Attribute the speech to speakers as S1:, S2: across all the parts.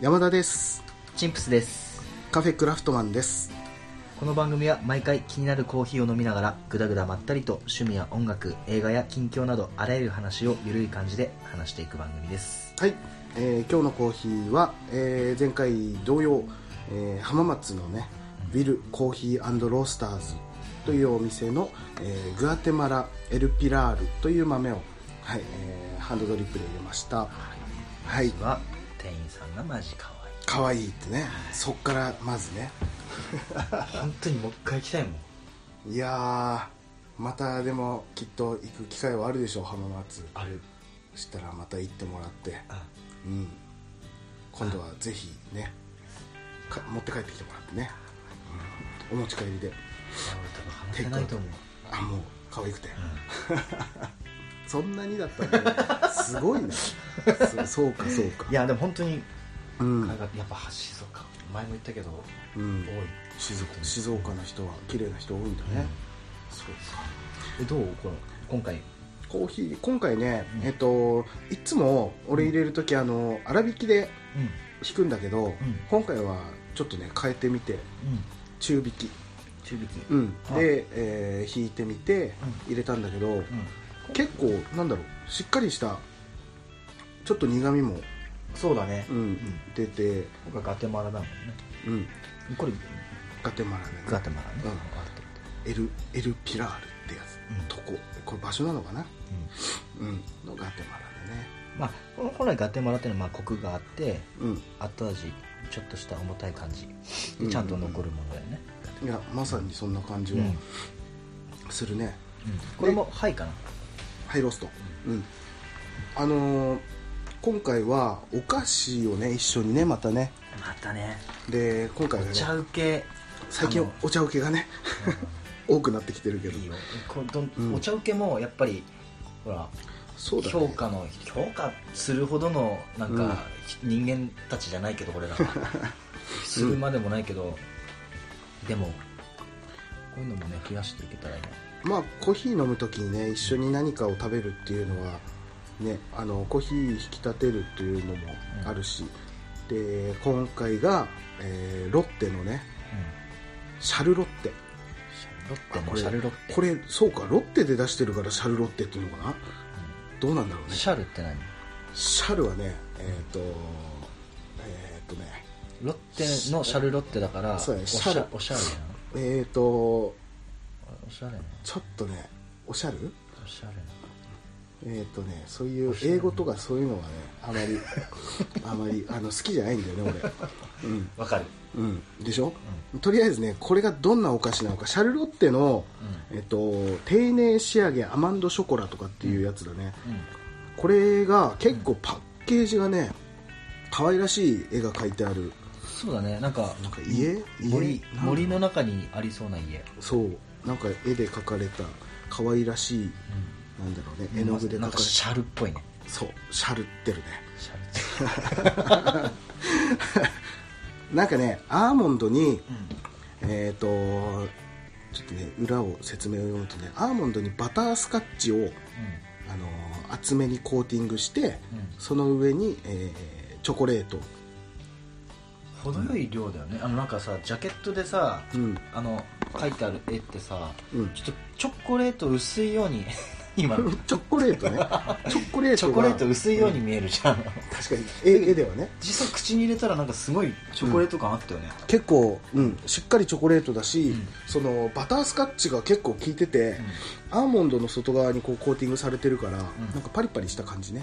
S1: 山田です
S2: チンプスです
S1: カフェクラフトマンです
S2: この番組は毎回気になるコーヒーを飲みながらぐだぐだまったりと趣味や音楽映画や近況などあらゆる話をゆるい感じで話していく番組です
S1: はい、えー今日のコーヒーは、えー前回同様、えー浜松のねビルコーヒーロースターズというお店の、えーグアテマラエルピラールという豆を、はいえーハンドドリップで入れましたはい
S2: 私は店員さんがマジ可愛い
S1: 可愛いってねそっからまずね
S2: 本当にもう一回来たいもん
S1: いやーまたでもきっと行く機会はあるでしょう浜松
S2: ある
S1: そしたらまた行ってもらって
S2: あ
S1: うん、今度はぜひねか持って帰ってきてもらってね、うんお持ち帰りで
S2: いや俺多分話せないと思う
S1: あもう可愛くて、 そんなにだったんだす ごいなそそうかそうか
S2: いやでも本当に
S1: う
S2: 海
S1: ん、
S2: 外やっぱ静岡前も言ったけど
S1: うん
S2: 多、い
S1: 静岡静岡の人は綺麗な人多いんだね、そうか
S2: えどうこの今回
S1: コーヒー今回ね、
S2: うん
S1: えっといつも俺入れる時、あの粗挽きで
S2: うん
S1: 引くんだけど、今回はちょっとね変えてみて
S2: うん
S1: 中引き
S2: 中引きう
S1: うんん、
S2: はい
S1: で、えー引いてみて入れたんだけど、結構なんだろうしっかりしたちょっと苦みも、
S2: そうだね
S1: うん出て、
S2: 僕はガテマラだもんね
S1: うん、
S2: これ
S1: ガテマラで、ね、
S2: ガテマラね
S1: うん
S2: あるってこ
S1: エルエルピラールってや
S2: うん
S1: つ、とここれ場所なのかな、
S2: とうん
S1: うん、のガテマラでね、
S2: まあ、この本来ガテマラっていうのはまあコクがあって
S1: う
S2: 後味ちょっとした重たい感じ
S1: うんうんう
S2: で
S1: ん
S2: ちゃんと残るものだよね、
S1: ん、いやまさにそんな感じ
S2: うん
S1: はするね、
S2: これも「はい」かな
S1: ハイロースト、うん、あのー今回はお菓子をね一緒にねまたね
S2: またね
S1: で今回はね
S2: お茶受け
S1: 最近
S2: あの
S1: お茶受けがね 多くなってきてるけど
S2: いいよこうどん
S1: うん
S2: お茶受けもやっぱりほら
S1: そうだね
S2: 評価の評価するほどのなんか、人間たちじゃないけど 俺らはするまでもないけど、でもこういうのもね増やしていけたらいいね
S1: まあコーヒー飲む時にね一緒に何かを食べるっていうのはねあのコーヒー引き立てるっていうのもあるし、で今回が、えーロッテのねシャルロッテ
S2: うん、シャルロッ
S1: あ
S2: テ
S1: こ
S2: も
S1: れ
S2: シャルロッテ
S1: これそうかロッテで出してるからシャルロッテっていうのかなどうなんだろうね
S2: シャルって何
S1: シャルはねえっ、とえっ、とね
S2: ロッテのシャルロッテだから
S1: そうだね
S2: お
S1: シ
S2: し
S1: ャル
S2: ゃおしゃれなの
S1: えっ、と
S2: おしゃれな
S1: ちょっとねおしゃる
S2: おしゃれな
S1: えっ、とねそういう英語とかそういうのはねあまり あまりあの好きじゃないんだよね俺うん
S2: わかる
S1: うん、でしょ、とりあえずねこれがどんなお菓子なのかシャルロッテの、えっと、丁寧仕上げアマンドショコラとかっていうやつだね、
S2: うん
S1: これが結構パッケージがね可愛らしい絵が描いてある
S2: そうだねなんか
S1: なんか家家
S2: 森
S1: なんだ
S2: 森の中にありそうな家
S1: そうなんか絵で描かれた可愛らしい、なんだろうね絵の具で描か
S2: なん
S1: れ
S2: か
S1: た
S2: シャルっぽいね
S1: そうシャルってるね
S2: シャルって
S1: なんかねアーモンドに、
S2: う
S1: えっ、とちょっとね裏を説明を読むとねアーモンドにバタースカッチを
S2: んうん
S1: あのー厚めにコーティングして、
S2: うん
S1: その上に、えーチョコレート、
S2: 程よい量だよねあのなんかさジャケットでさ、
S1: うん
S2: あの書いてある絵ってさ、
S1: うん
S2: ちょっとチョコレート薄いように 今の
S1: チョコレ ートねチョコレートが
S2: チョコレート薄いように見えるじゃん、
S1: 確かに絵絵ではね
S2: 実際口に入れたらなんかすごいチョコレート感あったよね、
S1: 結構、うん、しっかりチョコレートだし、
S2: ん
S1: そのバタースカッチが結構効いてて、アーモンドの外側にこうコーティングされてるから、なんかパリパリした感じね、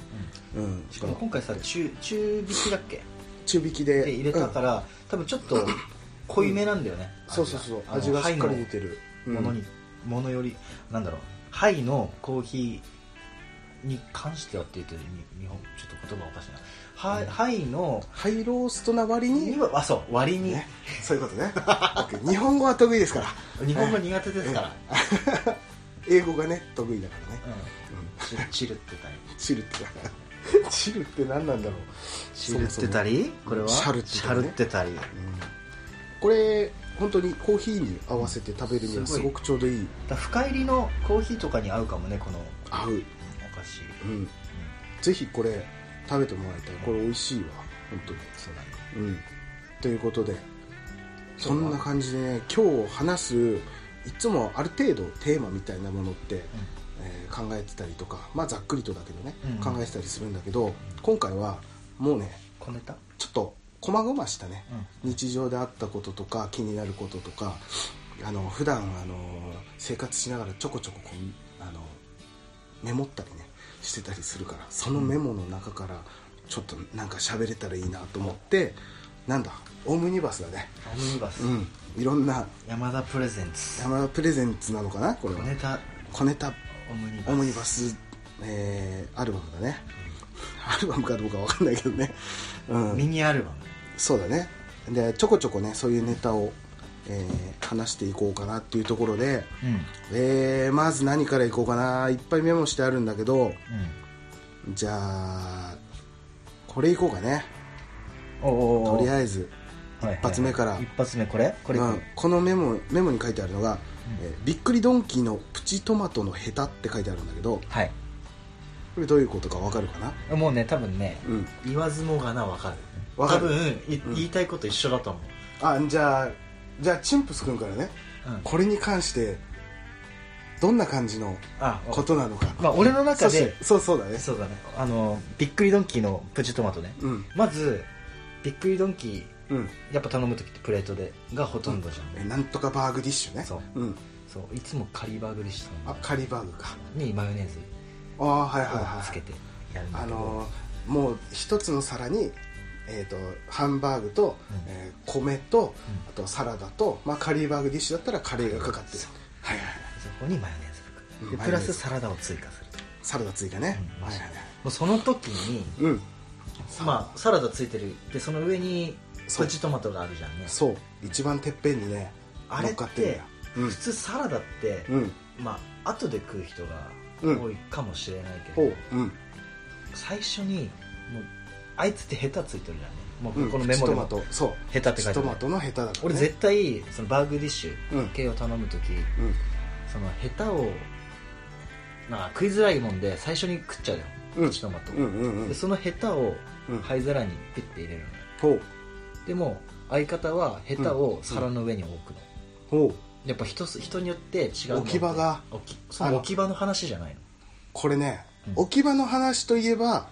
S1: うん
S2: しかも今回さ中中引きだっけ
S1: 中引きで
S2: で入れた
S1: うん
S2: から、多分ちょっと濃いめなんだよね、味が
S1: そうそうそう
S2: あの
S1: 味がしっかり出
S2: ハ
S1: てる
S2: イのものに、ものよりなんだろうハイのコーヒーに関してはって言うとに日本ちょっと言葉おかしいなハイ,、ハイの
S1: ハイローストな割
S2: に
S1: に、
S2: はあそう割に、
S1: ね、そういうことね僕日本語は得意ですから
S2: 日本語苦手ですから、
S1: 英語がね得意だからね、
S2: うんチルチルってたり
S1: チルって チルって何なんだろう
S2: チルってたりこれは
S1: シャルってたりね
S2: シャルってたり、
S1: これ本当にコーヒーに合わせて食べるにはす
S2: すごい
S1: ごくちょうどいい
S2: だから深入りのコーヒーとかに合うかもねこの
S1: 合う、
S2: お菓子、
S1: うん、
S2: うん
S1: ぜひこれ食べてもらいたいこれ美味しいわ本当に
S2: そうだね
S1: うんということでそんな感じでね今日話すいつもある程度テーマみたいなものって、えー考えてたりとかまあざっくりとだけどね、
S2: うん
S1: 考えてたりするんだけど今回はもうね
S2: 小ネタ
S1: ちょっと細々したね、日常であったこととか気になることとかあの普段あの生活しながらちょこちょここうあのメモったりねしてたりするからそのメモの中からちょっとなんか喋れたらいいなと思ってなんだオムニバスだね
S2: オムニバス、
S1: うんいろんな
S2: 山田プレゼンツ
S1: 山田プレゼンツなのかなこれ
S2: 小
S1: は
S2: ネタ
S1: 小ネタ
S2: オムニバス
S1: オムニバス、えーアルバムだねアルバムかどうかわかんないけどね、うん、
S2: ミニアルバム
S1: そうだねでちょこちょこねそういうネタを、えー話していこうかなっていうところで、
S2: うんうん
S1: えーまず何からいこうかないっぱいメモしてあるんだけどじゃあこれいこうかね
S2: おお
S1: とり
S2: え
S1: あえず
S2: ず
S1: 一発目から
S2: 一発目これこれ、
S1: うんこのメモメモに書いてあるのが、えーびっくりドンキーのプチトマトのヘタ」って書いてあるんだけど
S2: はい
S1: これどういうことかわかるかな
S2: もうね多分ね、
S1: うん
S2: 言わずもがなわかる
S1: わかる
S2: 多分、い言いたいこと一緒だと思う、
S1: あじゃあじゃあチンプス君からね
S2: うん
S1: これに関してどんな感じの
S2: あ
S1: ことなのか
S2: まあ俺の
S1: そ
S2: 中
S1: し
S2: で
S1: てそうそうだね
S2: そうだねあのびっくりドンキーのプチトマトね、
S1: うん
S2: まずびっくりドンキー
S1: うん
S2: やっぱ頼む時ってプレートでがほとんどじゃん、
S1: えなんとかバーグディッシュね、
S2: そうんそういつもカリバーグリッシュ
S1: あカリバーグか
S2: にマヨネーズ
S1: ああはいはい
S2: を
S1: は
S2: つけ
S1: い
S2: てやるんだ
S1: あ
S2: けど、
S1: のーもう一つの皿にえー、とハンバーグと、
S2: うん
S1: えー米と、
S2: うん
S1: あとサラダと、まあ、カリーバーグディッシュだったらカレーがかかってる
S2: そう
S1: はいはいはい
S2: そこにマヨネーズ
S1: うんマ
S2: をかけるでプ
S1: ヨネー
S2: ラ
S1: ズ
S2: スサラダを追加すると
S1: サラダ追加ね、
S2: うん
S1: はいはいはい
S2: もうその時に、
S1: うん
S2: まあ、サラダついてるでその上に
S1: そう
S2: プチトマトがあるじゃんね
S1: そう一番てっぺんにね
S2: あれ
S1: 乗
S2: っ
S1: っかって
S2: て
S1: るんだ
S2: 普通サラダって、
S1: うんうん
S2: まあ後で食う人が
S1: うん
S2: 多いかもしれないけ
S1: ほ
S2: ど、
S1: ううん
S2: 最初にもうあいつってヘタついてるじゃんねも
S1: うん
S2: うこのメモ
S1: プチ
S2: で
S1: トマ
S2: も
S1: トそう
S2: ヘタって書
S1: プチ
S2: いて
S1: ト
S2: ある
S1: マトのヘタだから、ね、
S2: 俺絶対そのバーグディッシュ系を頼む時、
S1: うん
S2: そのヘタをまあ食いづらいもんで最初に食っちゃうよ、
S1: うん
S2: プチトマト、
S1: うんうんうん
S2: でそのヘタを
S1: うん
S2: 灰皿にピッて入れるの
S1: ほう
S2: でも相方はヘタを皿の上に置く
S1: ほ
S2: の、
S1: う
S2: やっぱ人す人によって違うの
S1: 置き場が
S2: 置きその置き場の話じゃないの
S1: これね、
S2: うん
S1: 置き場の話といえば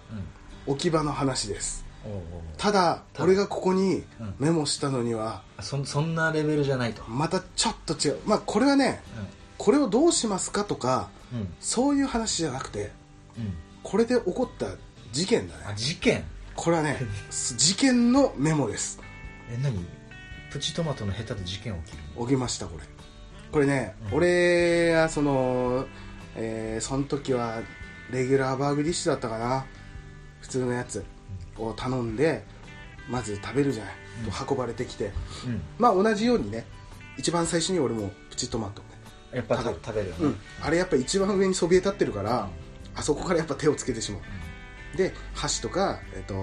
S2: う
S1: 置き場の話です
S2: んおうおうおう
S1: ただ
S2: ただ
S1: 俺がここに
S2: うん
S1: メモしたのには
S2: あそんそんなレベルじゃないと、
S1: またちょっと違うまあこれはねこれをどうしますかとか
S2: うんうん
S1: そういう話じゃなくて
S2: うん
S1: これで起こった事件だ
S2: あ
S1: ね
S2: 事件
S1: これは ね事件のメモです
S2: え何プチトマトのヘタで事件起きる
S1: 起きましたこれこれね、
S2: うん
S1: 俺はそのえーその時はレギュラーバーグディッシュだったかな普通のやつを頼んでまず食べるじゃない、
S2: う
S1: 運ばれてきて
S2: うん
S1: まあ同じようにね一番最初に俺もプチトマトね
S2: やっぱ
S1: 食べ
S2: 食
S1: る
S2: べるよね
S1: うん、あれやっぱ一番上にそびえ立ってるからあそこからやっぱ手をつけてしまうで箸とか、えっと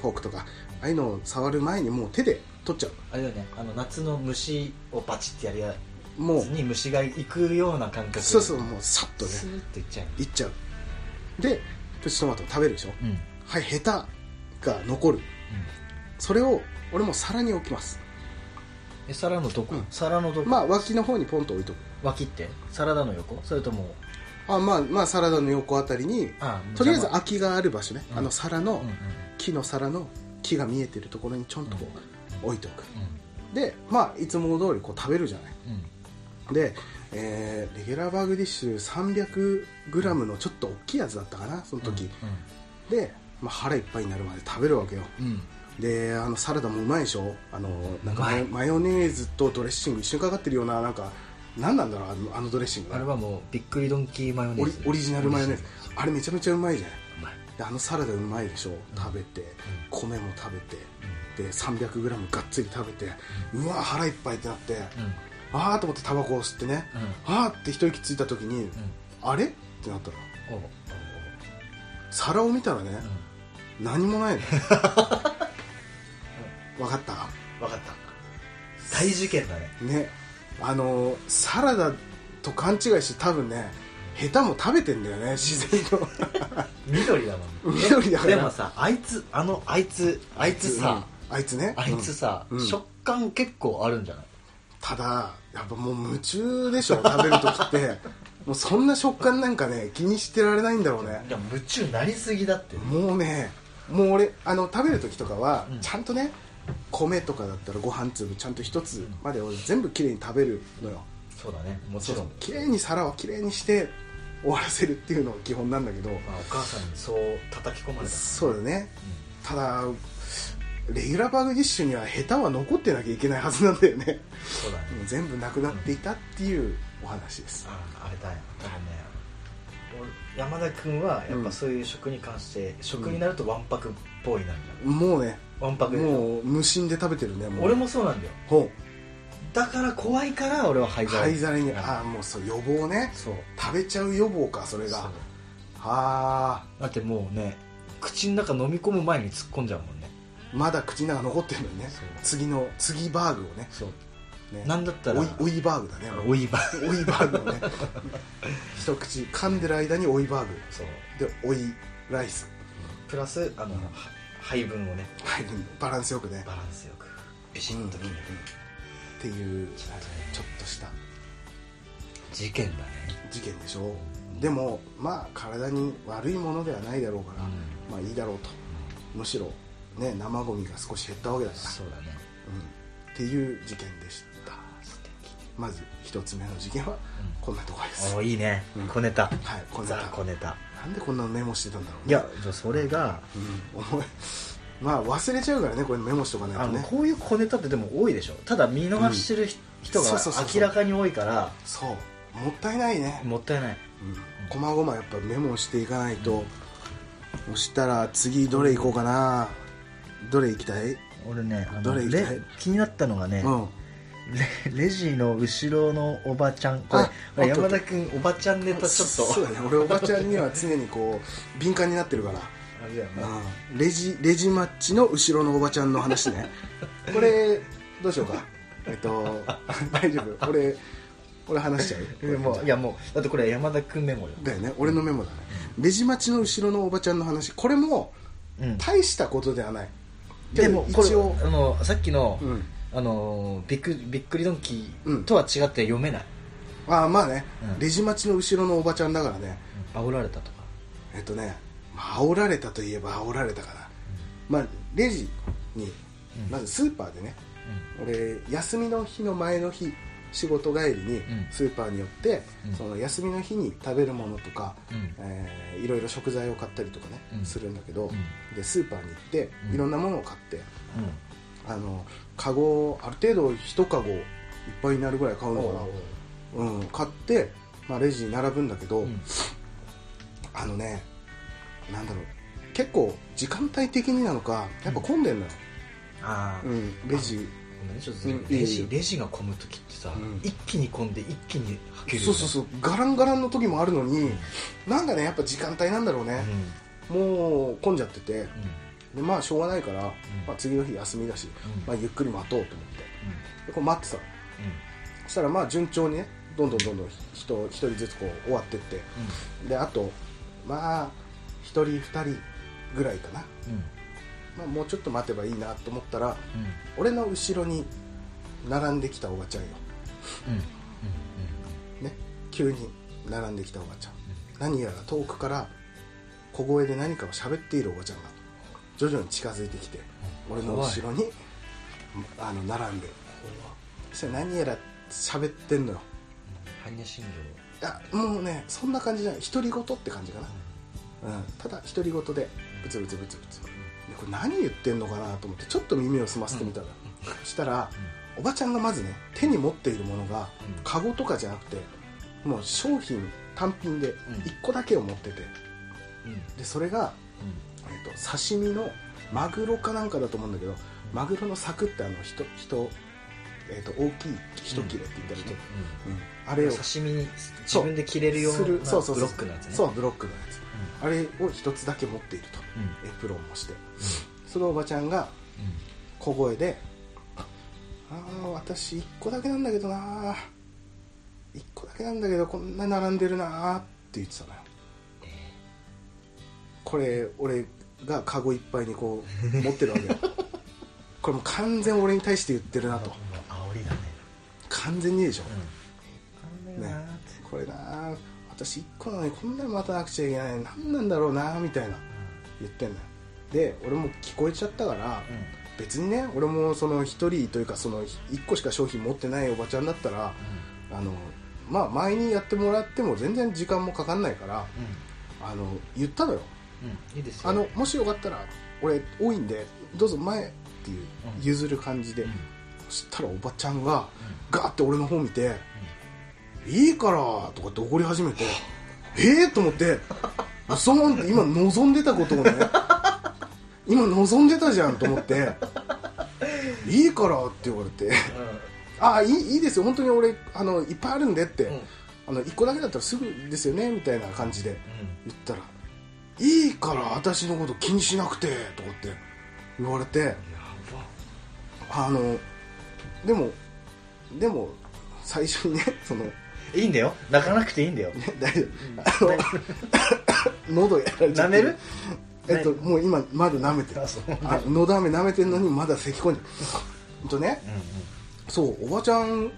S1: フォークとかああいうのを触る前にもう手で取っちゃ
S2: あれだよねあの夏の虫をバチってやるや
S1: うもう
S2: つに虫が行くような感覚で
S1: そうそうもうさっとね
S2: スーッといっちゃう
S1: いっちゃうでプチトマトを食べるでしょ、
S2: うん、うん、
S1: はいヘタが残るそれを俺も皿に置きます
S2: え皿のどこ、
S1: うん
S2: 皿のどこ、
S1: まあ脇の方にポンと置いとく
S2: 脇ってサラダの横それとも
S1: あまあまあサラダの横あたりに
S2: あ
S1: とりあえず
S2: 邪
S1: 空きがある場所ね、
S2: うん
S1: あの皿の、
S2: 魔うんうん
S1: 木の皿の木が見えてるところにちょんとこう置いておく、
S2: う
S1: でまあいつも通りこう食べるじゃない
S2: んうん
S1: で、えーレギュラーバーグディッシュ 300g のちょっと大きいやつだったかなその時、で、まあ、腹いっぱいになるまで食べるわけよ
S2: うんうん
S1: であのサラダもうまいでしょあのなんか
S2: うま
S1: マ
S2: い
S1: ヨマヨネーズとドレッシング一緒にかかってるようななんか何なんだろうあのあのドレッシング
S2: あれはもうびっくりドンキーマヨネ
S1: オ
S2: ー
S1: リ
S2: ズ
S1: オリジナルマヨネーズ
S2: オリジ
S1: あれめちゃめちゃうまいじゃない
S2: ナルうまい
S1: であのサラダうまいでしょ食べて、米も食べてで 300g がっつり食べてうわ腹いっぱいってなって、
S2: うんうん
S1: ああと思ってタバコを吸ってね、
S2: うん
S1: ああって一息ついた時に、あれってなったの
S2: おう
S1: 皿を見たらね、
S2: う
S1: 何も ないの分かった
S2: ん、分かった大事件だね
S1: ねあのーサラダと勘違いして多分ねヘタも食べてんだよね自 然と
S2: 緑だもんね
S1: 緑だから
S2: でもさあいつあのあいつあいつさ、
S1: うんあいつね
S2: あいつさ、
S1: うんうん
S2: 食感結構あるんじゃない
S1: ただやっぱもう夢中でしょ食べる時ってもうそんな食感なんかね気にしてられないんだろうね
S2: でも夢中になりすぎだって
S1: もうねもう俺あの食べる時とかは、
S2: うん
S1: ちゃんとね米とかだったらご飯粒ちゃんと一つまで俺全部きれいに食べるのよ
S2: そうだねもち
S1: そう
S2: ろ
S1: そうんきれいに皿をきれいにして終わらせるっていうのが基本なんだけど
S2: まあ、お母さんにそう叩き込まれた、
S1: そうだねただレギュラーバーグディッシュにはヘタは残ってなきゃいけないはずなんだよね
S2: そうだね、
S1: もう全部なくなっていたっていうお話です
S2: ああれだよ多分ね俺山田君はやっぱそういう食に関して、食になるとわんぱくっぽいなんだ、
S1: もうね
S2: わんぱくでしょ
S1: もう無心で食べてるねもう
S2: 俺もそうなんだよ
S1: ほ
S2: だから怖いから俺は
S1: う
S2: 灰皿
S1: 灰皿にあ
S2: あ
S1: あもうそう予防ね
S2: そう
S1: 食べちゃう予防かそれ
S2: そ
S1: が
S2: う
S1: はあ
S2: だってもうね口の中飲み込む前に突っ込んじゃうもんね
S1: まだ口の中残ってるのにね
S2: そう
S1: 次の次バーグをね
S2: そう
S1: ね
S2: なんだったら
S1: おいおいバーグだね
S2: お いば
S1: おいバーグをね一口噛んでる間においバーグ
S2: そう
S1: でおいライス
S2: プラスあの、
S1: うん
S2: は配分をね
S1: はいバランスよくね
S2: バランスよくビシッと決める、
S1: っていう
S2: ちょっとね
S1: ちょっとした
S2: 事件だね
S1: 事件でしょでもまあ体に悪いものではないだろうから、
S2: うん
S1: まあいいだろうとむしろね生ゴミが少し減ったわけだから、
S2: そうだね
S1: うん、っていう事件でした
S2: 素敵
S1: まず一つ目の事件はこんなところです、
S2: おーいいね、
S1: うん
S2: 小ネタ
S1: はい小ネタ
S2: ザ小ネタ
S1: なんでこんなのメモしてたんだろうね
S2: いやじゃあそれが、
S1: うん、思いまあ忘れちゃうからねこれメモしとかな
S2: あ
S1: いと
S2: の
S1: ね
S2: こういう小ネタってでも多いでしょただ見逃してるひ人が
S1: そうそうそうそう
S2: 明らかに多いから
S1: そうもったいないね、
S2: もったいない
S1: うん、こまごまやっぱメモしていかないとそしたら次どれ行こうかなどれ行きたい
S2: 俺ねあ
S1: ど
S2: の
S1: れ行きたい
S2: レ気になったのがね、
S1: うん
S2: レレジの後ろのおばちゃんこれ
S1: あ
S2: こ
S1: オッ
S2: れ
S1: ケー
S2: 山田君おばちゃんネタちょっと
S1: そうだね俺おばちゃんには常にこう 敏感になってるから、
S2: あれだよね
S1: うん、レジレジマッチの後ろのおばちゃんの話ねこれどうしようかえっ と大丈夫俺俺話しちゃう
S2: でもいやもうだってこれ山田君メモよ、
S1: だよね俺のメモだねレジ待ちの後ろのおばちゃんの話これも
S2: うん、
S1: 大したことではないけ
S2: で
S1: ど
S2: もこれ
S1: 一応
S2: あのさっきの、
S1: うん
S2: あのびっくびっくりドンキーとは違って読めない、
S1: ああまあね、
S2: うん
S1: レジ待ちの後ろのおばちゃんだからね
S2: 煽られたとか
S1: えっとねまあ煽られたといえば煽られたかな、まあレジに
S2: うん
S1: まずスーパーでね、俺休みの日の前の日仕事帰りに
S2: ん
S1: スーパーに寄って、
S2: うん
S1: その休みの日に食べるものとか、
S2: うん
S1: えーいろいろ食材を買ったりとかね、
S2: うん
S1: するんだけど、
S2: うん
S1: でスーパーに行って
S2: うん
S1: いろんなものを買って
S2: うん、
S1: あのカゴある程度一カゴいっぱいになるぐらい買うのかなうん、買って、まあ、レジに並ぶんだけど、
S2: うん
S1: あのねなんだろう結構時間帯的になのかやっぱ混んでんのよ、
S2: ああ、
S1: うんレジ
S2: ごめんねちょっとずれる
S1: うんいいよ
S2: レジレジが混む時ってさ、
S1: うん
S2: 一気に混んで一気にはける
S1: そうそう
S2: う
S1: そうガランガランの時もあるのに、
S2: ん
S1: なんかねやっぱ時間帯なんだろうね、もう混んじゃっててでまあしょうがないから、まあ、次の日休みだし、
S2: うん
S1: まあ、ゆっくり待とうと思ってでこう待ってたのそしたらまあ順調にねどんどんどんどん人一人ずつこう終わってってであとまあ1人2人ぐらいかな、まあ、もうちょっと待てばいいなと思ったら俺の後ろに並んできたおばちゃんよね急に並んできたおばちゃん何やら遠くから小声で何かを喋っているおばちゃんが徐々に近づいてきて俺の後ろにあの並んでそしたら何やら喋ってんのよ
S2: 般若心
S1: いやもうねそんな感じじゃない独り言って感じかな、うん、ただ独り言でブツブツブツブツでこれ何言ってんのかなと思ってちょっと耳を澄ませてみたら、そしたら、おばちゃんがまずね手に持っているものが、
S2: うん
S1: カゴとかじゃなくてもう商品単品で
S2: ん
S1: 1個だけを持ってて
S2: 情
S1: でそれが、えっと刺身のマグロかなんかだと思うんだけどマグロの柵ってあの人人、えっと大きい一切れって言ったらいいけど、うんあれを
S2: 刺身に自分で切れるような
S1: す
S2: ブロ
S1: るそうそうそう
S2: ックのやつね
S1: そうブロックのやつあれを一つだけ持っていると
S2: うん
S1: エプロンもしてそのおばちゃんが小声で「ああ私一個だけなんだけどな一個だけなんだけどこんな並んでるな」っ言ってたのよこれ俺がカゴいっぱいにこ う持ってるわけよこれもう完全俺に対して言ってるなと
S2: あおりだね
S1: 完全にでしょ、
S2: うん
S1: ねこれなあ私1個なのにこんなに待たなくちゃいけない何なんだろうなみたいな言ってんのよで俺も聞こえちゃったから、別にね俺もその1人というかその1個しか商品持ってないおばちゃんだったらあのまあ前にやってもらっても全然時間もかかんないからあの言ったのよ
S2: いいですよ
S1: あのもしよかったら俺多いんでどうぞ前っていう
S2: うん
S1: 譲る感じで、そしたらおばちゃんがガーって俺の方見て「いいから」とかって怒り始めて「えー!」と思って「うそん」って今望んでたことを ね今望んでたじゃんと思って「いいから」って言われて「ああいいいいですよ本当に俺あのいっぱいあるんで」って、あの1個だけだったらすぐですよねみたいな感じで言ったら「いいから私のこと気にしなくて」とかって言われてあのでもでも最初にね その
S2: いいんだよ泣かなくていいんだよ
S1: 大丈夫、 あの喉やられちゃ
S2: 舐
S1: って
S2: める
S1: えっともう今まだ舐めてる
S2: あそう
S1: あ喉飴舐めてるのにまだ咳き込んでるほんとねそうおばちゃん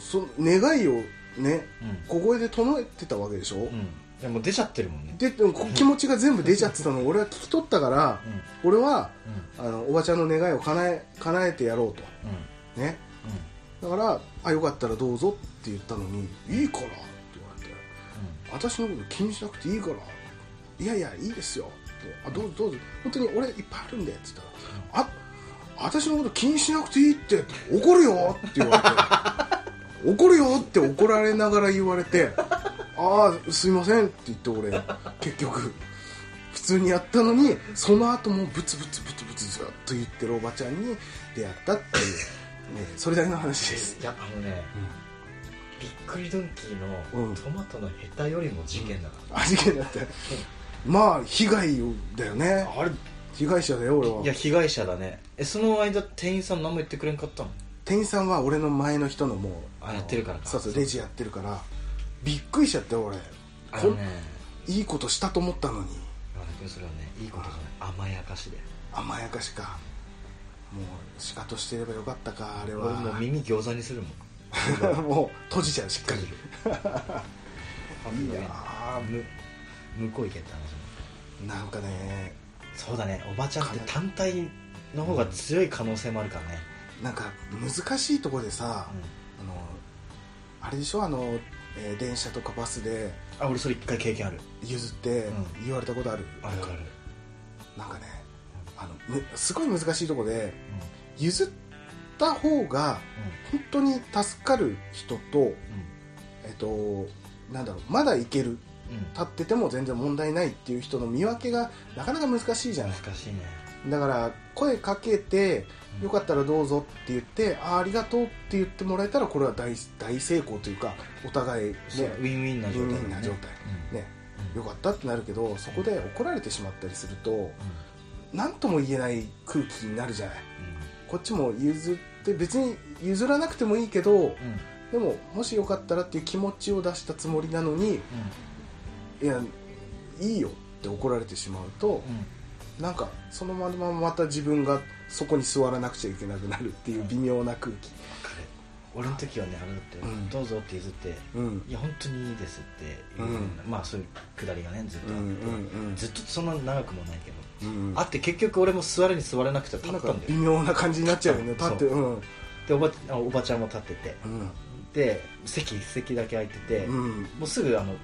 S1: その願いをね小声で唱えてたわけでしょ、
S2: でも出ちゃってるもんね
S1: ででもこ気持ちが全部出ちゃってたのを俺は聞き取ったから、俺はあのおばちゃんの願いを叶え叶えてやろうとねだからあよかったらどうぞって言ったのにいいからって言われて私のこと気にしなくていいからいやいやいいですよってあどうぞどうぞ本当に俺いっぱいあるんでって言ったらあ私のこと気にしなくていいって怒るよって言われて怒るよって怒られながら言われ てああすいませんって言って俺結局普通にやったのにその後もブツブツブツブツずっと言ってるおばちゃんに出会ったっていう、ね、それだけの話です
S2: いやあのねびっくりドンキー
S1: うん
S2: のトマトのヘタよりも事件だか
S1: あ事件だってまあ被害をだよね
S2: らあれ
S1: 被害者だよ俺はい
S2: や被害者だねえその間店員さん何も言ってくれんかったの
S1: 店員さんは俺の前の人のもう
S2: あ
S1: の
S2: やってるからか
S1: そうそうレジやってるからびっくりしちゃったよ俺
S2: あ
S1: こ
S2: の
S1: ん
S2: ね
S1: いいことしたと思ったのに
S2: あのでもそれはねいいことじゃない甘やかしで
S1: 甘やかしかもうシカとしてればよかったかあれは
S2: 俺もう耳餃子にするもん
S1: もう閉じちゃうしっかり
S2: い
S1: いや
S2: あむ向こう行けって話も
S1: なんかね
S2: そうだねおばちゃんって単体の方が強い可能性もあるからね
S1: なんか難しいとこでさ、あのあれでしょあの、えー電車とかバスで
S2: あ俺それ一回経験ある
S1: 譲って
S2: うん
S1: 言われたことある、なんかなんかねあのむすごい難しいとこで
S2: う
S1: 譲った方が
S2: ん
S1: 本当に助かる人と、
S2: うん
S1: えっと、なんだろうまだいける
S2: うんうん
S1: 立ってても全然問題ないっていう人の見分けがなかなか難しいじゃない
S2: 難しいね
S1: だから声かけて
S2: うん
S1: よかったらどうぞって言ってあーありがとうって言ってもらえたらこれは大大成功というかお互いね
S2: そうウィンウィンな状態
S1: ウィンウィンな状態ねよかったってなるけどそこで怒られてしまったりすると何とも言えない空気になるじゃないこっちも譲って別に譲らなくてもいいけど
S2: うんうんうん
S1: でももしよかったらっていう気持ちを出したつもりなのにいやいいよって怒られてしまうと
S2: うんうん
S1: なんかそのまままた自分がそこに座らなくちゃいけなくなるっていう微妙な空気
S2: 彼俺の時はねあれだって、
S1: うん
S2: どうぞって譲って
S1: うん
S2: いや本当にいいですって言うようなまあそういうくだりがねずっ
S1: う
S2: と
S1: ん
S2: あっ
S1: う
S2: て、
S1: ん
S2: ずっとそんな長くもないけど、
S1: うんうん
S2: あって結局俺も座るに座れなくて立
S1: なん
S2: った
S1: か
S2: んだ
S1: 微
S2: よ
S1: 妙な感じになっちゃうよね
S2: 立
S1: 立
S2: った
S1: ってうん
S2: でおばあおばちゃんも立ってて
S1: うん
S2: で席席だけ空いてて、
S1: うん
S2: もうすぐあの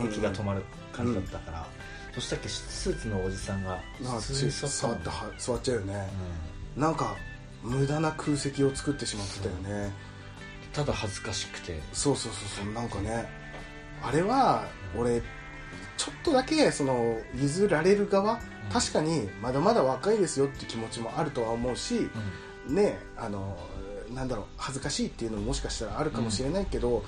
S1: うん
S2: 駅が止まる感じだったから、そしたっけスーツのおじさんが
S1: なんか
S2: 普通
S1: つ
S2: に
S1: い
S2: 座っ
S1: 座
S2: たもん
S1: っては座っちゃうよねなんか無駄な空席を作ってしまってたよね
S2: うんただ恥ずかしくて
S1: そうそうそうそうなんかねあれは俺ちょっとだけその譲られる側確かにまだまだ若いですよって気持ちもあるとは思うし
S2: う
S1: ねあのなんだろう恥ずかしいっていうのももしかしたらあるかもしれないけど、
S2: ん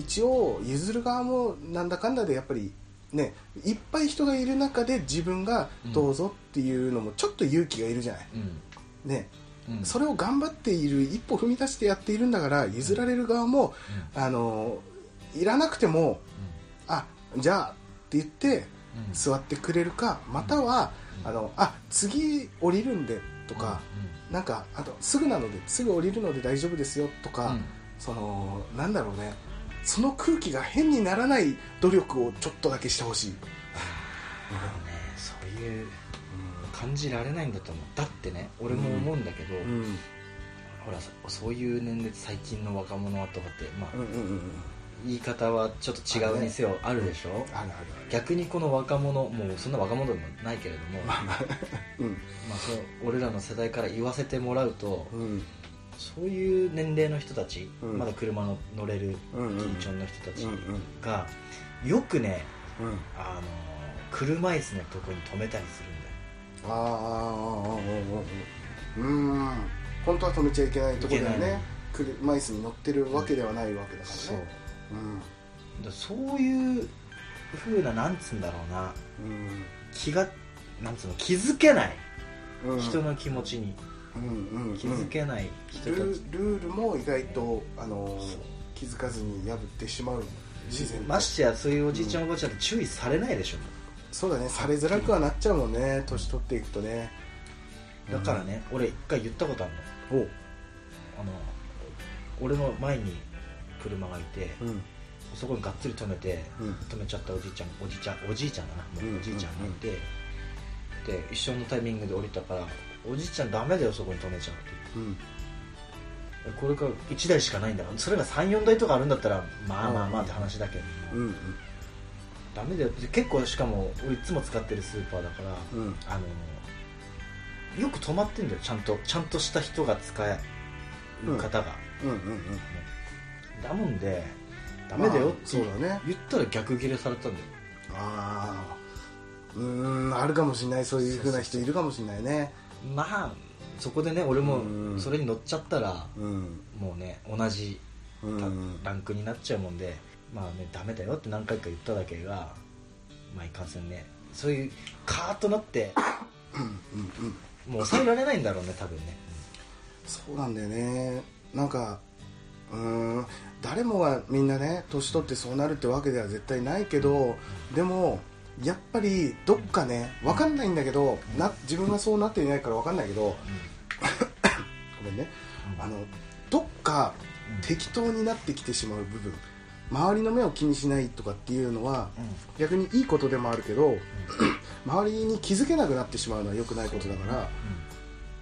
S1: 一応譲る側もなんだかんだでやっぱりねいっぱい人がいる中で自分が
S2: うん
S1: どうぞっていうのもちょっと勇気がいるじゃない、
S2: うん
S1: ね
S2: うんうん
S1: それを頑張っている一歩踏み出してやっているんだから譲られる側も
S2: うん
S1: あのいらなくても
S2: う
S1: あじゃあって言って
S2: うん
S1: 座ってくれるかまたは、
S2: うん
S1: あのあ次降りるんでとか、なんかあとすぐなのですぐ降りるので大丈夫ですよとか、
S2: うん
S1: そのなんだろうねその空気が変にならない努力をちょっとだけしてほしい、
S2: あのねそういう感じられないんだと思うだってね俺も思うんだけど、
S1: うんうん
S2: ほらそそういう年齢最近の若者はとかって、まあ
S1: うんうんうん
S2: 言い方はちょっと違うにせよあるでしょ、
S1: あるある
S2: 逆にこの若者もうそんな若者でもないけれども、まあ、
S1: うん
S2: そう俺らの世代から言わせてもらうと、
S1: うん
S2: そういう年齢の人たち、
S1: うん
S2: まだ車の乗れる
S1: うんうん
S2: 緊張の人たち
S1: うんうん
S2: が、よくね
S1: うん
S2: あの車椅子のとこに止めたりするんだ
S1: あ
S2: よ
S1: あああああうん本当は止めちゃいけないところだよ
S2: いけない
S1: ね車椅子に乗ってるわけではないわけだか
S2: そう
S1: らねうん
S2: だそういう風ななんつうんだろうな気がなんつうの気づけない、
S1: うんうん
S2: 人の気持ちに
S1: うんうんうん
S2: 気づけない人
S1: ル
S2: たち、
S1: ールールも意外とあの
S2: そう
S1: 気づかずに破ってしまう自然と
S2: ましてやそういうおじいちゃんおばあちゃんって注意されないでしょ、
S1: そうだねされづらくはなっちゃうもんね年取っていくとね
S2: だからね、俺一回言ったことあるの
S1: おう
S2: あの俺の前に車がいて、
S1: うん
S2: そこにがっつり止めて、
S1: うん
S2: 止めちゃったおじいちゃんおじいちゃんおじいちゃんだなもう、
S1: うん
S2: おじいちゃんがいて、で一緒のタイミングで降りたから「おじいちゃんダメだよそこに止めちゃう」っ
S1: う
S2: て
S1: ん
S2: 言ってこれから1台しかないんだからそれが34台とかあるんだったらまあまあまあって話だけど、
S1: うん
S2: ダメだよって結構しかも俺いつも使ってるスーパーだから、
S1: うんうん
S2: あのよく止まってんだよちゃんとちゃんとした人が使える方が、
S1: うんうん
S2: だもんでダメだよっ
S1: まあ
S2: て
S1: そうだね
S2: 言ったら逆ギレされたんだよ
S1: ああうーんあるかもしれないそういうふうな人いるかもしれないね
S2: まあそこでね俺
S1: う
S2: も
S1: ん
S2: それに乗っちゃったら
S1: うん
S2: もうね同じ
S1: う
S2: ラ
S1: ん
S2: ランクになっちゃうもんでまあねダメだよって何回か言っただけがまあいかんせんねそういうカーッとなってもう抑えられないんだろうね多分ね
S1: そうなんだよねなんかうーん誰もがみんなね年取ってそうなるってわけでは絶対ないけどでもやっぱりどっかね分かんないんだけどな自分がそうなっていないから分かんないけどごめんねあのどっか適当になってきてしまう部分周りの目を気にしないとかっていうのは
S2: うん
S1: 逆にいいことでもあるけど、 周りに気づけなくなってしまうのは良くないことだから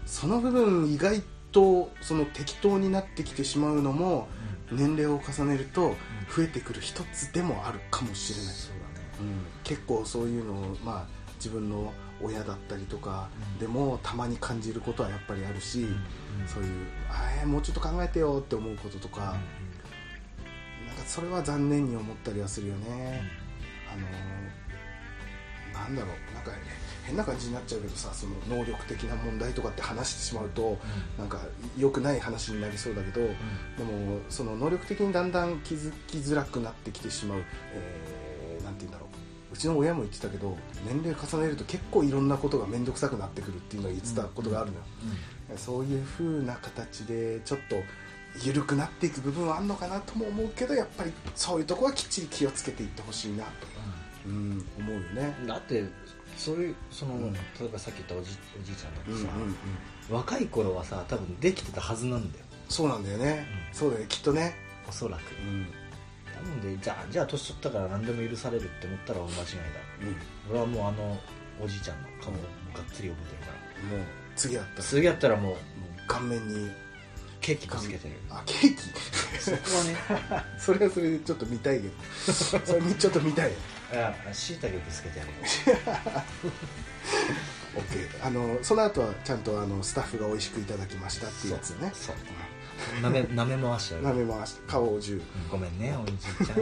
S1: その部分意外とその適当になってきてしまうのも年齢を重ねると増えてくる一つでもあるかもしれない、
S2: そうだね
S1: うん、結構そういうのを、まあ、自分の親だったりとか
S2: うん
S1: でもたまに感じることはやっぱりあるし、そういう「あーもうちょっと考えてよ」って思うこととか、なんかそれは残念に思ったりはするよね。あのーなんだろうなんか変な感じになっちゃうけどさその能力的な問題とかって話してしまうとなんか良くない話になりそうだけどでもその能力的にだんだん気づきづらくなってきてしまう、えーなんて言うんだろううちの親も言ってたけど年齢重ねると結構いろんなことが面倒くさくなってくるっていうのを言ってたことがあるのよ、そういう風な形でちょっと緩くなっていく部分はあるのかなとも思うけどやっぱりそういうとこはきっちり気をつけていってほしいなとうん、思うよね。
S2: だってそういうその、
S1: うん
S2: 例えばさっき言ったおじおじいちゃんだって
S1: うんうん
S2: さ、
S1: うん、
S2: 若い頃はさ多分できてたはずなんだよ
S1: そうなんだよね、
S2: うん
S1: そうだよねきっとね、
S2: おそらく
S1: うん
S2: なのでじゃあじゃあ年取ったから何でも許されるって思ったら大間違いだ
S1: うん、
S2: 俺はもうあのおじいちゃんの顔をがっつり覚えてるから、
S1: もう次だったら
S2: 次やったらもう
S1: 顔面に
S2: ケーキぶつけてる
S1: あケーキ
S2: そこはね
S1: それはそれでちょっと見たいけど それちょっと見たい
S2: あしいたけぶつけてやる
S1: OK あのその後はちゃんとあのスタッフが美味しくいただきましたっていうやつね
S2: そうなめなめ回してや
S1: 舐
S2: る
S1: め回して顔を銃っ
S2: ごめんねおじい ちゃん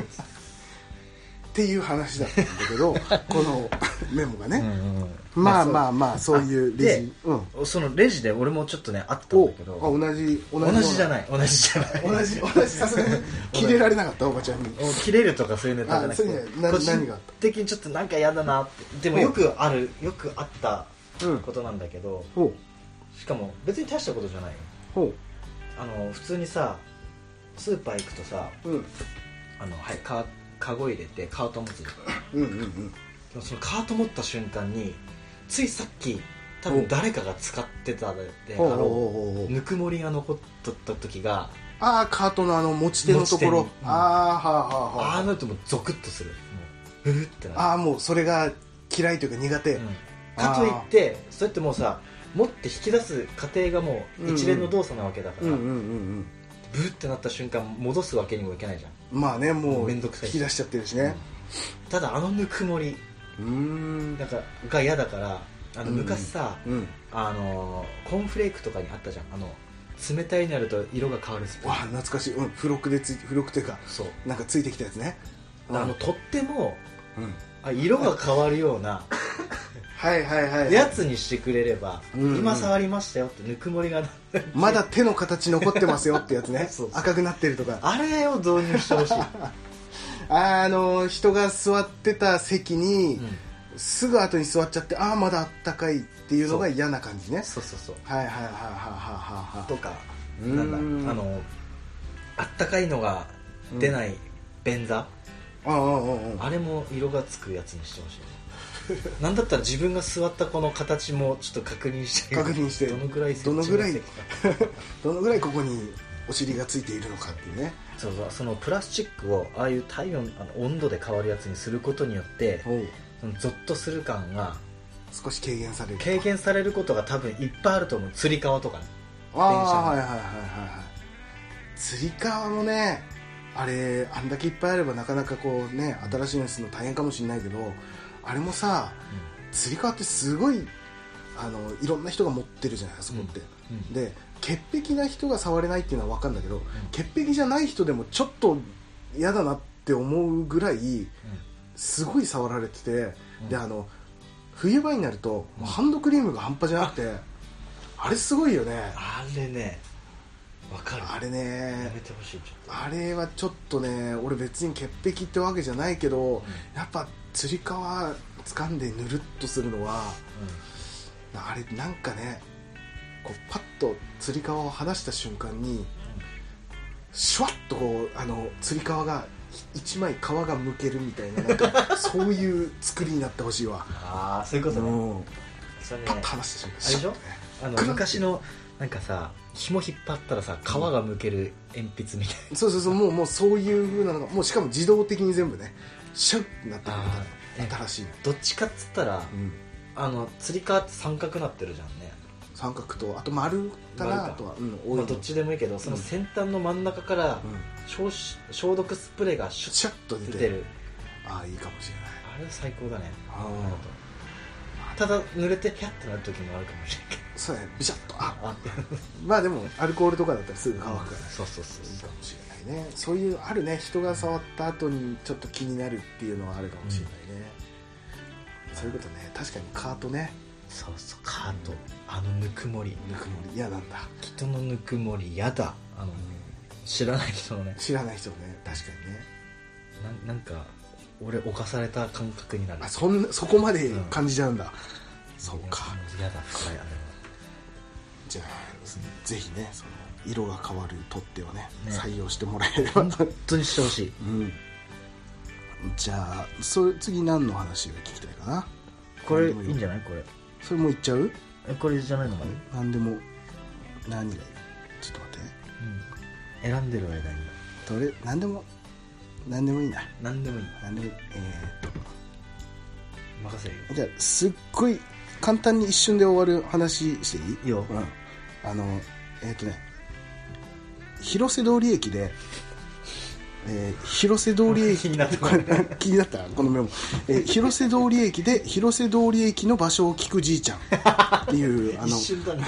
S1: ていう話だったんだけ どこのメモがね、
S2: うんうん
S1: まあ
S2: そう
S1: まあまあそういうレジうん
S2: そのレジで俺もちょっとねあったん
S1: お
S2: だけど
S1: あ同じ同
S2: 同じじゃ
S1: い
S2: ない同じじゃない
S1: 同じ同じさすがに 切れられなかったおばちゃんに
S2: もう切れるとかそういうネタじゃなく
S1: あそう
S2: て
S1: いうのな
S2: 個人
S1: 何があった
S2: 的にちょっとなんか嫌だなってでもよくあるよくあった
S1: うん
S2: ことなんだけど
S1: ほう
S2: しかも別に大したことじゃないよ
S1: ほ
S2: あの普通にさスーパー行くとさ
S1: ううん
S2: あの、はい、カーカゴ入れてカート持つじゃん
S1: うんうんうん
S2: でもそのカート持った瞬間についさっき多分誰かが使ってたであ
S1: ほうほうほ
S2: ろ
S1: う
S2: う
S1: ほう
S2: ぬくもりが残っとった時が
S1: ああカートのあの持ち手のところ、
S2: 持ち手の
S1: あ
S2: うん
S1: あはあは
S2: あ
S1: あ
S2: あ
S1: は
S2: なるともうゾクッとするもううーってなる
S1: あああもうそれが嫌いというか苦手、
S2: うんかといってそうやってもうさ持って引き出す過程がもう一連の動作なわけだから、
S1: うんうんうん
S2: ブーってなった瞬間戻すわけにもいけないじゃん
S1: うんまあねもう
S2: め
S1: 引
S2: んどくさい
S1: き出しちゃってるしね
S2: ただあのぬくもり
S1: うんうん
S2: なんかが嫌だからあの昔さ、
S1: うん
S2: あのーコーンフレークとかにあったじゃんあの冷たいになると色が変わるスプー
S1: わ
S2: ン
S1: あ懐かしい、うん、付録でつ付録というか
S2: そう
S1: なんかついてきたやつねうん
S2: あのとっても
S1: うん
S2: あ色が変わるような
S1: はいはいはい
S2: やつにしてくれれば、
S1: うん
S2: 今触りましたよってぬくもりがな
S1: まだ手の形残ってますよってやつね
S2: そうそう
S1: 赤くなってるとか
S2: あれを導入してほしい、
S1: ああの人が座ってた席に、
S2: うん
S1: すぐ後に座っちゃってああまだあったかいっていうのが嫌な感じね
S2: そうそうそう
S1: はいはいはいはいはいはいは
S2: とか
S1: うーん
S2: なんだあのあったかいのが出ない便座、
S1: いうんうんうんうん
S2: あれも色がつくやつにしてほしい ねなんだったら自分が座ったこの形もちょっと確認して
S1: 確認して
S2: どのぐらい接
S1: ど
S2: 地が
S1: のぐらい
S2: できたか
S1: どのぐらいここにお尻がついているのかっていうね
S2: そうそうそのプラスチックをああいう体温あの温度で変わるやつにすることによってそのゾッとする感が
S1: 少し軽減される
S2: 経験されることが多分いっぱいあると思うつり革とかね
S1: ああはいはいはいはいはいつり革もねあれあんだけいっぱいあればなかなかこうね新しいのにするの大変かもしれないけどあれもさつり革ってすごいあのいろんな人が持ってるじゃないあそこって、
S2: うんうん
S1: で潔癖な人が触れないっていうのは分かるんだけど、潔癖じゃない人でもちょっと嫌だなって思うぐらいすごい触られてて、
S2: ん
S1: であの冬場になるともうハンドクリームが半端じゃなくてあれすごいよね
S2: あれねわかる
S1: あれ
S2: や
S1: ね
S2: めてほしいちょっと
S1: あれはちょっとね俺別に潔癖ってわけじゃないけど、やっぱつり革掴んでぬるっとするのはあれなんかねこうパッとつり革を離した瞬間にシュワッとこうあのつり革が一枚皮がむけるみたいななんかそういう作りになってほしいわ
S2: ああそういうことね
S1: うん
S2: それね
S1: パッと離した
S2: あれで
S1: 瞬
S2: し
S1: 間
S2: ょあの
S1: クラン
S2: 昔のなんかさ紐引っ張ったらさ皮がむける鉛筆みたい
S1: そうそうそうもうもうそういう風なのがもうしかも自動的に全部ねシュッってなってく
S2: あ
S1: る
S2: ー
S1: 新しいの、
S2: などっちかっつったら
S1: うん、
S2: あのつり革って三角なってるじゃんね
S1: 三角とあと丸かな
S2: 丸か
S1: あとは、うん、多い
S2: まあ
S1: の
S2: どっちでもいいけどその先端の真ん中から
S1: うん、
S2: 消し消毒スプレーがシュ
S1: シ
S2: ッ
S1: ャッと出
S2: 出
S1: て
S2: てる
S1: ああいいかもしれない
S2: あれ最高だね
S1: ああ
S2: ただ濡れてヒャッてなる時もあるかもしれないけど
S1: そうやねビシャッとあ
S2: あ
S1: まあでもアルコールとかだったらすぐ乾くから
S2: そうそうそう
S1: いい
S2: そ
S1: か
S2: う
S1: もしれないねそういうあるね人が触った後にちょっと気になるっていうのはあるかもしれないね、そういうことね確かにカートね
S2: そうそうカートあのぬくもり
S1: ぬくもり嫌なんだ
S2: 人のぬくもり嫌だあの知らない人のね
S1: 知らない人もね確かにね
S2: ななんか俺侵された感覚になる
S1: あそんなそこまで感じちゃうんだ、そうか
S2: 嫌 だ深いあれは
S1: じゃあぜひねその色が変わる取っ手をね
S2: ね
S1: 採用してもらえれば、
S2: 本当にしてほしい
S1: うんじゃあそれ次何の話が聞きたいかな
S2: これいいんじゃないこれ
S1: それもういっちゃう
S2: えこれじゃないのかな、
S1: 何でも何がいいちょっと待ってね
S2: 選んでる間に
S1: どれ何でも何でもいいな
S2: 何でもいい
S1: 何でもいいえーっ
S2: 任せるよ
S1: とじゃあすっごい簡単に一瞬で終わる話していい
S2: いいよ
S1: うん、あのえーっとね広瀬通り駅でえー広瀬通り駅
S2: 気になってこれ
S1: 気になったこのメモ、えー広瀬通り駅で広瀬通り駅の場所を聞くじいちゃんって いうあの
S2: 一瞬だね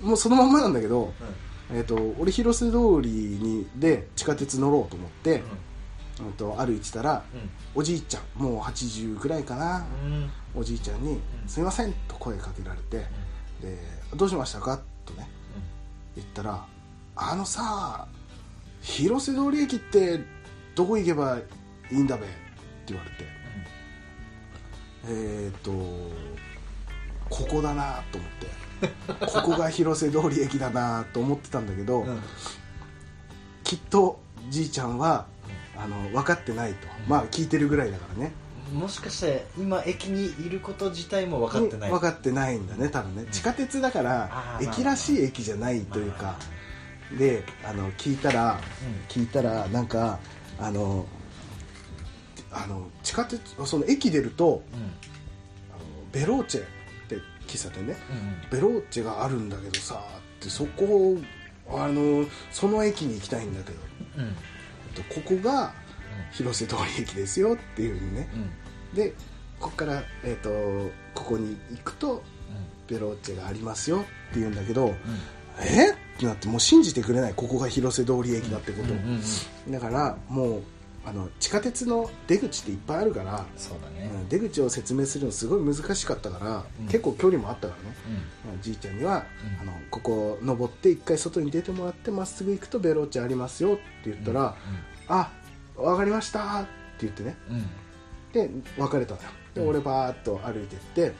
S1: うんもうそのまんまなんだけど、えっと俺広瀬通りにで地下鉄乗ろうと思って、うん、と歩いてたら、おじいちゃんもう80くらいかな、
S2: うん
S1: おじいちゃんに「すいません」と声かけられて「でどうしましたか?」とね言ったら「あのさ広瀬通り駅ってどこ行けばいいんだべ」って言われてえーっとここだなと思って ここが広瀬通り駅だなと思ってたんだけど、
S2: うんうん
S1: きっとじいちゃんはあの分かってないと、まあ聞いてるぐらいだからね
S2: もしかして今駅にいること自体も分かってない
S1: 分かってないんだね多分ね、地下鉄だから
S2: あー
S1: 駅らしい駅じゃないというか、であの聞いたら、聞いたらなんかあのあの地下鉄その駅出ると
S2: うん
S1: あのベローチェって喫茶店ね
S2: うん
S1: ベローチェがあるんだけどさってそこあのその駅に行きたいんだけど
S2: うんうん
S1: えっとここが広瀬通り駅ですよっていうふうにね
S2: うん
S1: でここから、えっとここに行くとベローチェがありますよって言うんだけど、
S2: うん
S1: えってなってもう信じてくれないここが広瀬通り駅だってこと、
S2: うんうんうん
S1: だからもうあの地下鉄の出口っていっぱいあるから、
S2: そうだ
S1: う
S2: ね
S1: ん出口を説明するのすごい難しかったから、
S2: うん
S1: 結構距離もあったからね、
S2: うん
S1: まあじいちゃんには、
S2: うん
S1: あのここ登って一回外に出てもらってまっすぐ行くとベローチェありますよって言ったら「あわかりました」って言ってね
S2: うんうん
S1: で別れたのよで
S2: うん
S1: 俺バーッと歩いてって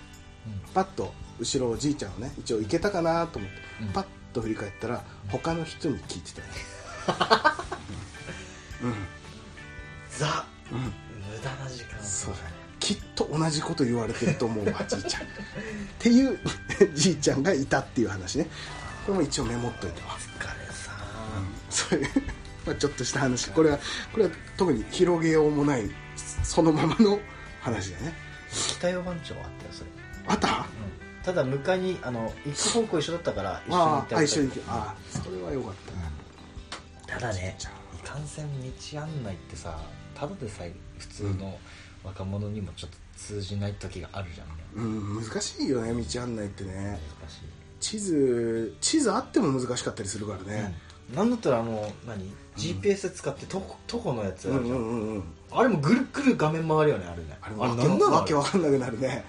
S1: パッと後ろおじいちゃんをね一応行けたかなと思って、
S2: うん
S1: パッと振り返ったら他の人に聞いてたよね
S2: ザ
S1: うん、うん
S2: 無駄な時間
S1: そうだねきっと同じこと言われてると思うわじい ちゃんっていう じいちゃんがいたっていう話ねこれも一応メモっといてわ
S2: 疲れさ
S1: そういうまあちょっとした話これはこれは特に広げようもないそのままの話だね
S2: 北予番長あったよそれ
S1: あった
S2: うんただ迎えにあの行く方向一緒だったから一緒に行
S1: あ
S2: っ
S1: ああ
S2: た
S1: 一緒に行けああそれはよかったな
S2: ただね
S1: じいちゃん
S2: いかんせん道案内ってさただでさえ普通の若者にもちょっと通じない時があるじゃん
S1: うん難しいよね道案内ってね
S2: 難しい、
S1: 地図地図あっても難しかったりするからね、
S2: うん、なんだったらもう何 GPS 使って徒歩徒歩のやつ
S1: う
S2: あ
S1: ん、う
S2: る
S1: ん
S2: じゃん、
S1: うんうん
S2: あれもぐるぐる画面回るよねあれね
S1: あれ
S2: な
S1: わ
S2: ん
S1: け
S2: だ
S1: わ
S2: あ
S1: け
S2: れ
S1: わかんなくなるね、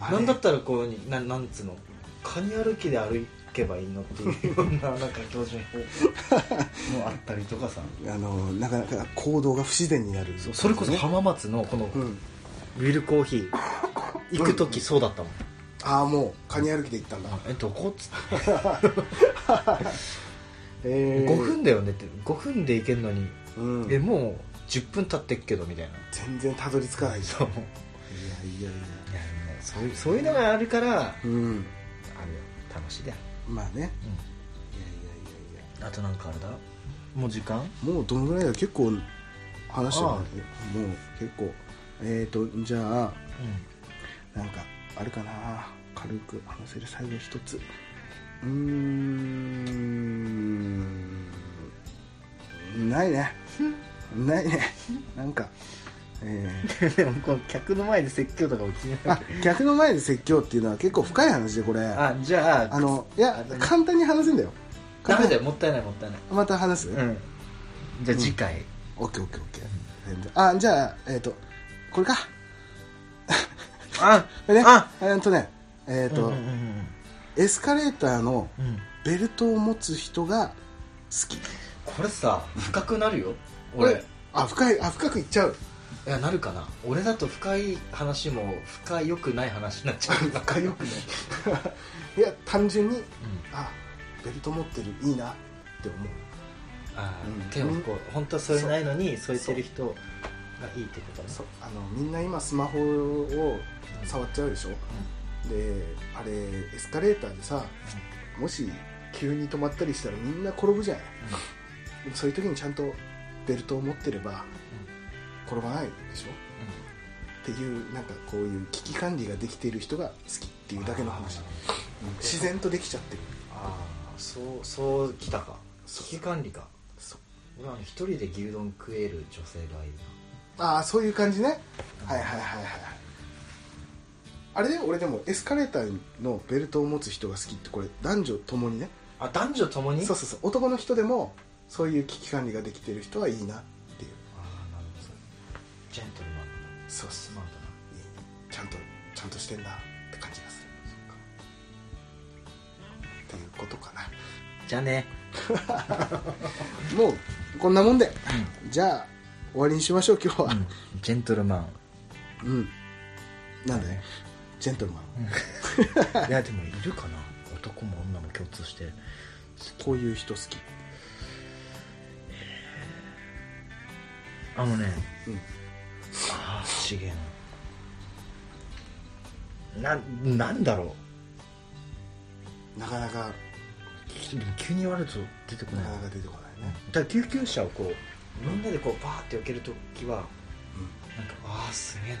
S1: あれ
S2: なんだったらこうななんつうのカニ歩きで歩けばいいのっていう ようななんか標準法 もあったりとかさ
S1: あのなかなか行動が不自然になる
S2: そうそれこそ浜松のこの
S1: うん、
S2: ウィルコーヒー行く時そうだったもん
S1: ああもうカニ歩きで行ったんだ、
S2: えどこっつって
S1: え
S2: 5分だよねって5分で行けるのに、
S1: 分、う
S2: え
S1: ん、
S2: もう10分経ってっけどみたいな
S1: 全然たどり着かないじゃん
S2: そう
S1: いやいやいや
S2: いやでもねそういうそういうのがあるから
S1: うん
S2: あるよ楽しいだよ、
S1: まあねいやいやいやいや
S2: あとなんかあれだもう時間
S1: もうどのぐらいだ結構話してるねもう結構えっ、ー、とじゃあ
S2: う
S1: なんかあるかな軽く話せる最後一つうーんない ねないねなんかえー
S2: ん でもこの客の前で説教とか起きない
S1: あ客の前で説教っていうのは結構深い話でこれあ
S2: あじゃあ
S1: のいや簡単に話せんだよ
S2: ダメだ
S1: よ
S2: よもったいないもったいない
S1: また話す、
S2: うんじゃあ次回、
S1: オッケーオッケーオッケー全然あじゃあえっ、とこれか
S2: あ
S1: これね
S2: あ
S1: えっとねえっ、と、
S2: うんうんうん
S1: エスカレーターの
S2: うんうん
S1: ベルトを持つ人が好き
S2: これさ深くなるよ
S1: これ
S2: 俺
S1: あ深いあ深くいっちゃう
S2: いやなるかな俺だと深い話も深よくない話になっちゃう
S1: 深よ くないいや単純に
S2: うん
S1: あベルト持ってるいいなって思う
S2: あー
S1: うん
S2: 手をこう本当は添えないのに添えてる人がいいってことね
S1: そうあのみんな今スマホを触っちゃうでしょ、であれエスカレーターでさもし急に止まったりしたらみんな転ぶじゃないでもそういう時にちゃんとベルトを持ってれば転ばないでしょっていうなんかこういう危機管理ができている人が好きっていうだけの話
S2: あ
S1: うん自然とできちゃってる
S2: あーそうそうきたか
S1: そう
S2: 危機管理か
S1: そう
S2: 俺あの一人で牛丼食える女性がいい
S1: ああそういう感じねはいはいはいはいあれで俺でもエスカレーターのベルトを持つ人が好きってこれ男女ともにね
S2: なあ男女ともに
S1: そうそうそう男の人でもそういう危機管理ができてる人はいいなっていう
S2: ああなるほどジェントルマン
S1: そうそ
S2: ス
S1: う
S2: マートない
S1: いちゃんとちゃんとしてんだって感じがするっていうことかな
S2: じゃあね
S1: もうこんなもんで、じゃあ終わりにしましょう今日は
S2: ジェントルマン
S1: うん、なんで、ジェントルマン、
S2: いやでもいるかな男も女も共通して
S1: こういう人好き
S2: ああのね、
S1: うん
S2: ああ資源ななんだろ
S1: なかなか
S2: うでも急に言われると出てこ
S1: な
S2: ない
S1: か
S2: だ
S1: なか出てこないね、
S2: から救急車をこうみんなでこうバーって避けるときは
S1: うん、
S2: なんかああすげえなみん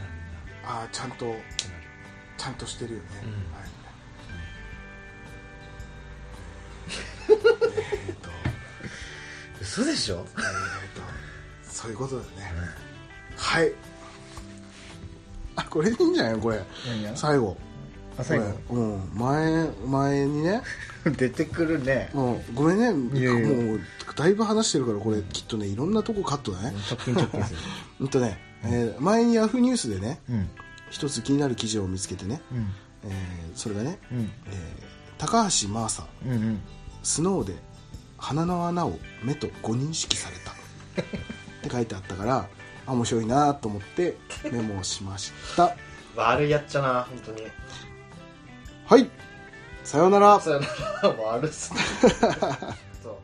S2: な
S1: ああちゃんと
S2: ってなる
S1: ちゃんとしてるよね、
S2: うん
S1: はいえっと
S2: 嘘でしょ、
S1: えー、とそういうことだねはいあこれでいいんじゃないのこれ
S2: 何や
S1: 最後
S2: あ最後
S1: これうん前前にね
S2: 出てくるね
S1: もうごめんね
S2: いやいや
S1: もうだいぶ話してるからこれきっとねいろんなとこカットだね
S2: 直近直近する
S1: うんとね、えー前にヤフーニュースでね
S2: うん
S1: 一つ気になる記事を見つけてね、
S2: うん
S1: えーそれがね、
S2: うん
S1: えー高橋真麻
S2: うんうん
S1: スノーで鼻の穴を目と誤認識されたって書いてあったからあ面白いなと思ってメモをしました
S2: 悪いやっちゃな本 当に
S1: はいさようなら
S2: さよなら悪 すぎるそう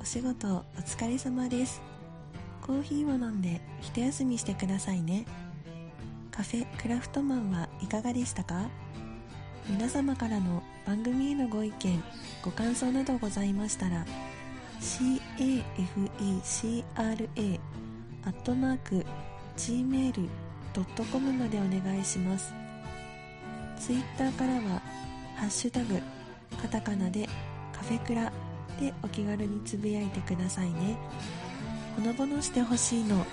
S3: お仕事お疲れ様ですコーヒーを飲んで一休みしてくださいねカフェクラフトマンはいかがでしたか皆様からの番組へのご意見ご感想などございましたら cafecra アットマーク gmail.com までお願いしますツイッターからは「ハッシュタグカタカナでカフェクラ」でお気軽につぶやいてくださいねほのぼのしてほしいの